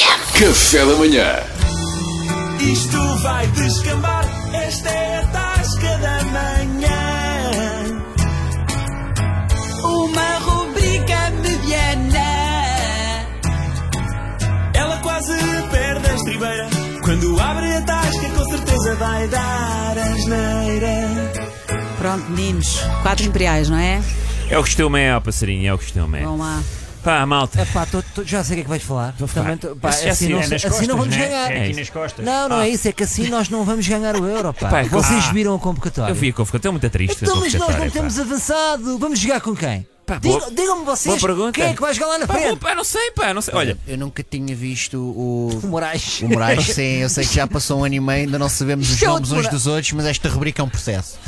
Café da Manhã. Isto vai descambar, esta é a tasca da manhã. Uma rubrica mediana. Ela quase perde a estribeira. Quando abre a tasca, com certeza vai dar asneira. Pronto, meninos. Quatro imperiais, não é? É o costume, é, ó, passarinho, é o costume, é. Vão lá. Pá, malta. É pá, tô- tô- já sei o que é que vais falar. Também tô- pá, Esse- esse assim, não, é se- nas assim não costas, vamos né? ganhar. É aqui nas costas. Não, não Ah. é isso, é que assim nós não vamos ganhar o euro, pá. Pá, Vocês ah. viram a convocatória. Eu é fico, estou muito triste. Então, com a mas nós não convocatória, temos pá. avançado. Vamos jogar com quem? Pá, Digam- boa- Digam-me vocês boa pergunta. quem é que vai jogar lá na Pá, bom, frente. pá, não sei, pá, não sei. Olha, Eu nunca tinha visto o. O Moraes. O Moraes, sim, eu sei que já passou um ano e meio, ainda não sabemos os Isto é nomes outro uns dos outros, mas esta rubrica é um processo.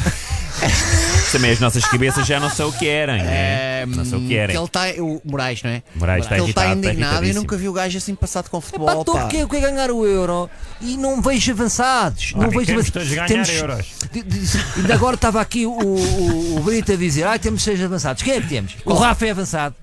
também as nossas cabeças já não são o que eram, né? Não são o que Que eram. ele está. O Moraes, não é? Moraes está ele está irritado, está indignado e irritadíssimo. nunca vi o gajo assim passado com futebol. Pá, estou pá. é aqui eu quero ganhar o euro e não vejo avançados. não vejo queremos avançados. todos ganhar euros. De- de- Ainda agora estava aqui o, o, o Brito a dizer: ah, temos seis avançados. Quem é que temos? O Rafa é avançado.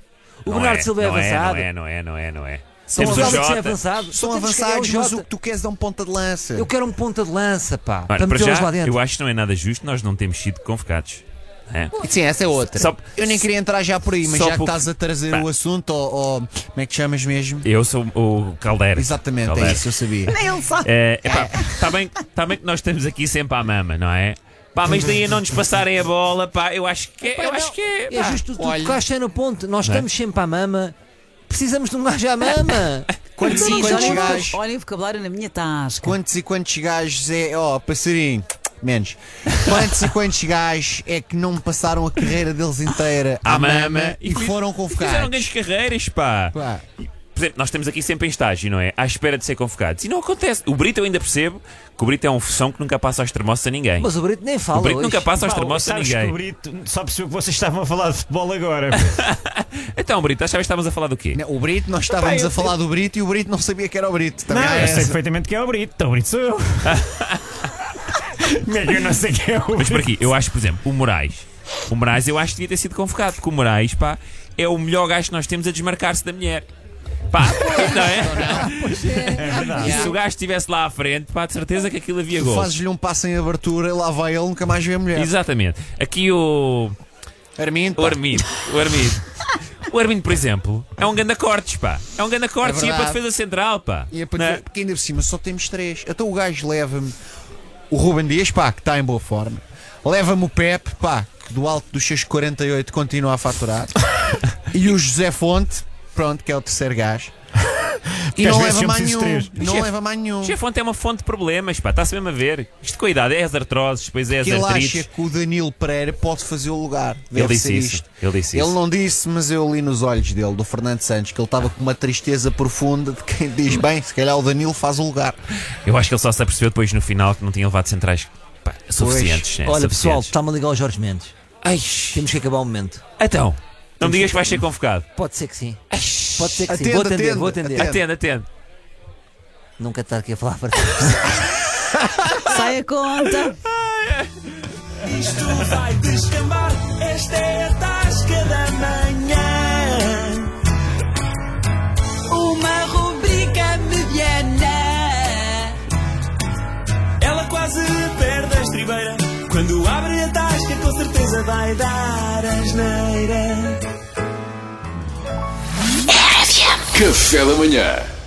O Não Bernardo é, Silva é não é, avançado. Não é, não é, não é, não é. São Temos o avançados é Jota. avançado. São Então temos que ganhar avançados, mas o o que Jota. tu queres é um ponta de lança. Eu quero um ponta de lança, pá. Olha, para para metê-los já, lá dentro. eu acho que não é nada justo nós não temos sido convocados. né? Sim, essa é outra. Só- eu nem queria entrar já por aí, mas Só já que porque- estás a trazer Pá. o assunto, ou, ou- Como é que te chamas mesmo? Eu sou o Caldeira. Exatamente, é Caldeira. isso, eu sabia. É, epá, tá bem, tá bem que nós estamos aqui sempre à mama, não é? Pá, mas daí a não nos passarem a bola, pá, eu acho que é. Eu Não, acho que é. É pá. justo tu olha- tocaste no ponto. Nós Não é? estamos sempre à mama. Precisamos de um gajo à mama. Quantos e Meninos, quantos olhem- gajos? Olhem o vocabulário na minha tasca. Quantos e quantos gajos é. Ó, passarinho. Menos. Quantos e quantos gajos é que não passaram a carreira deles inteira à, mama, e fiz- foram Fizeram convocados? grandes carreiras, pá. Pá, Por exemplo, nós estamos aqui sempre em estágio, não é? À espera de ser convocados. E não acontece. O Brito eu ainda percebo que o Brito é um fusão que nunca passa aos termossos a ninguém. Mas o Brito nem fala. o Brito hoje. nunca passa aos Pá, termossos a sabes que o ninguém. Brito só percebeu que vocês estavam a falar de futebol agora. Então, Brito, achavas que estávamos a falar do quê? não, O Brito, nós estávamos a falar do Brito e o Brito não sabia que era o Brito. Também não, há eu sei essa. perfeitamente que é o Brito. Então, o Brito sou eu. Como é que eu não sei quem é o Brito? Mas por aqui, eu acho, por exemplo, o Moraes. O Moraes eu acho que devia ter sido convocado, porque o Moraes, pá, é o melhor gajo que nós temos a desmarcar-se da mulher. Pá, não é? É verdade. E se o gajo estivesse lá à frente, pá, de certeza que aquilo havia Tu gol. fazes-lhe um passo em abertura e lá vai ele, nunca mais vê a mulher. Exatamente. Aqui o. Armindo, O pá. Armindo. O Armindo. O Armindo, por exemplo, é um ganda cortes, pá. É um ganda cortes É e ia para a verdade. defesa central, pá. E é Não para é? dizer, porque ainda por cima só temos três. Então o gajo leva-me o Ruben Dias, pá, que está em boa forma. Leva-me o Pepe, pá, que do alto dos seus 48 continua a faturar. e o José Fonte, pronto, que é o terceiro gajo. E Porque às não vezes leva são mais precisos nenhum. três. Não Chefe- leva mais nenhum. O Chefonte é uma fonte de problemas, pá. Está-se mesmo a ver. Isto com a idade é as artroses, depois é as Que ele acha artrites. que o Danilo Pereira pode fazer o lugar. Ele Deve disse ser isso. isto. Ele disse Ele isso. não disse, mas eu li nos olhos dele, do Fernando Santos, que ele estava com uma tristeza profunda de quem diz: bem, se calhar o Danilo faz o lugar. Eu acho que ele só se apercebeu depois no final que não tinha levado centrais pá, suficientes. né? Olha, pessoal, tá- Suficientes. está-me a ligar o Jorge Mendes. Ai, Temos que acabar o momento. então, não me digas que vais ser convocado. Pode ser que sim. Pode ser que sim. Atende, Vou atender, atende, vou atender. atende. Atende, atende. Nunca estar aqui a falar para ti. Sai a conta. Isto vai descambar, esta é a tasca da manhã. Uma rubrica mediana. Ela quase perde a estribeira. Quando abre a tasca, com certeza vai dar asneira. Café da Manhã.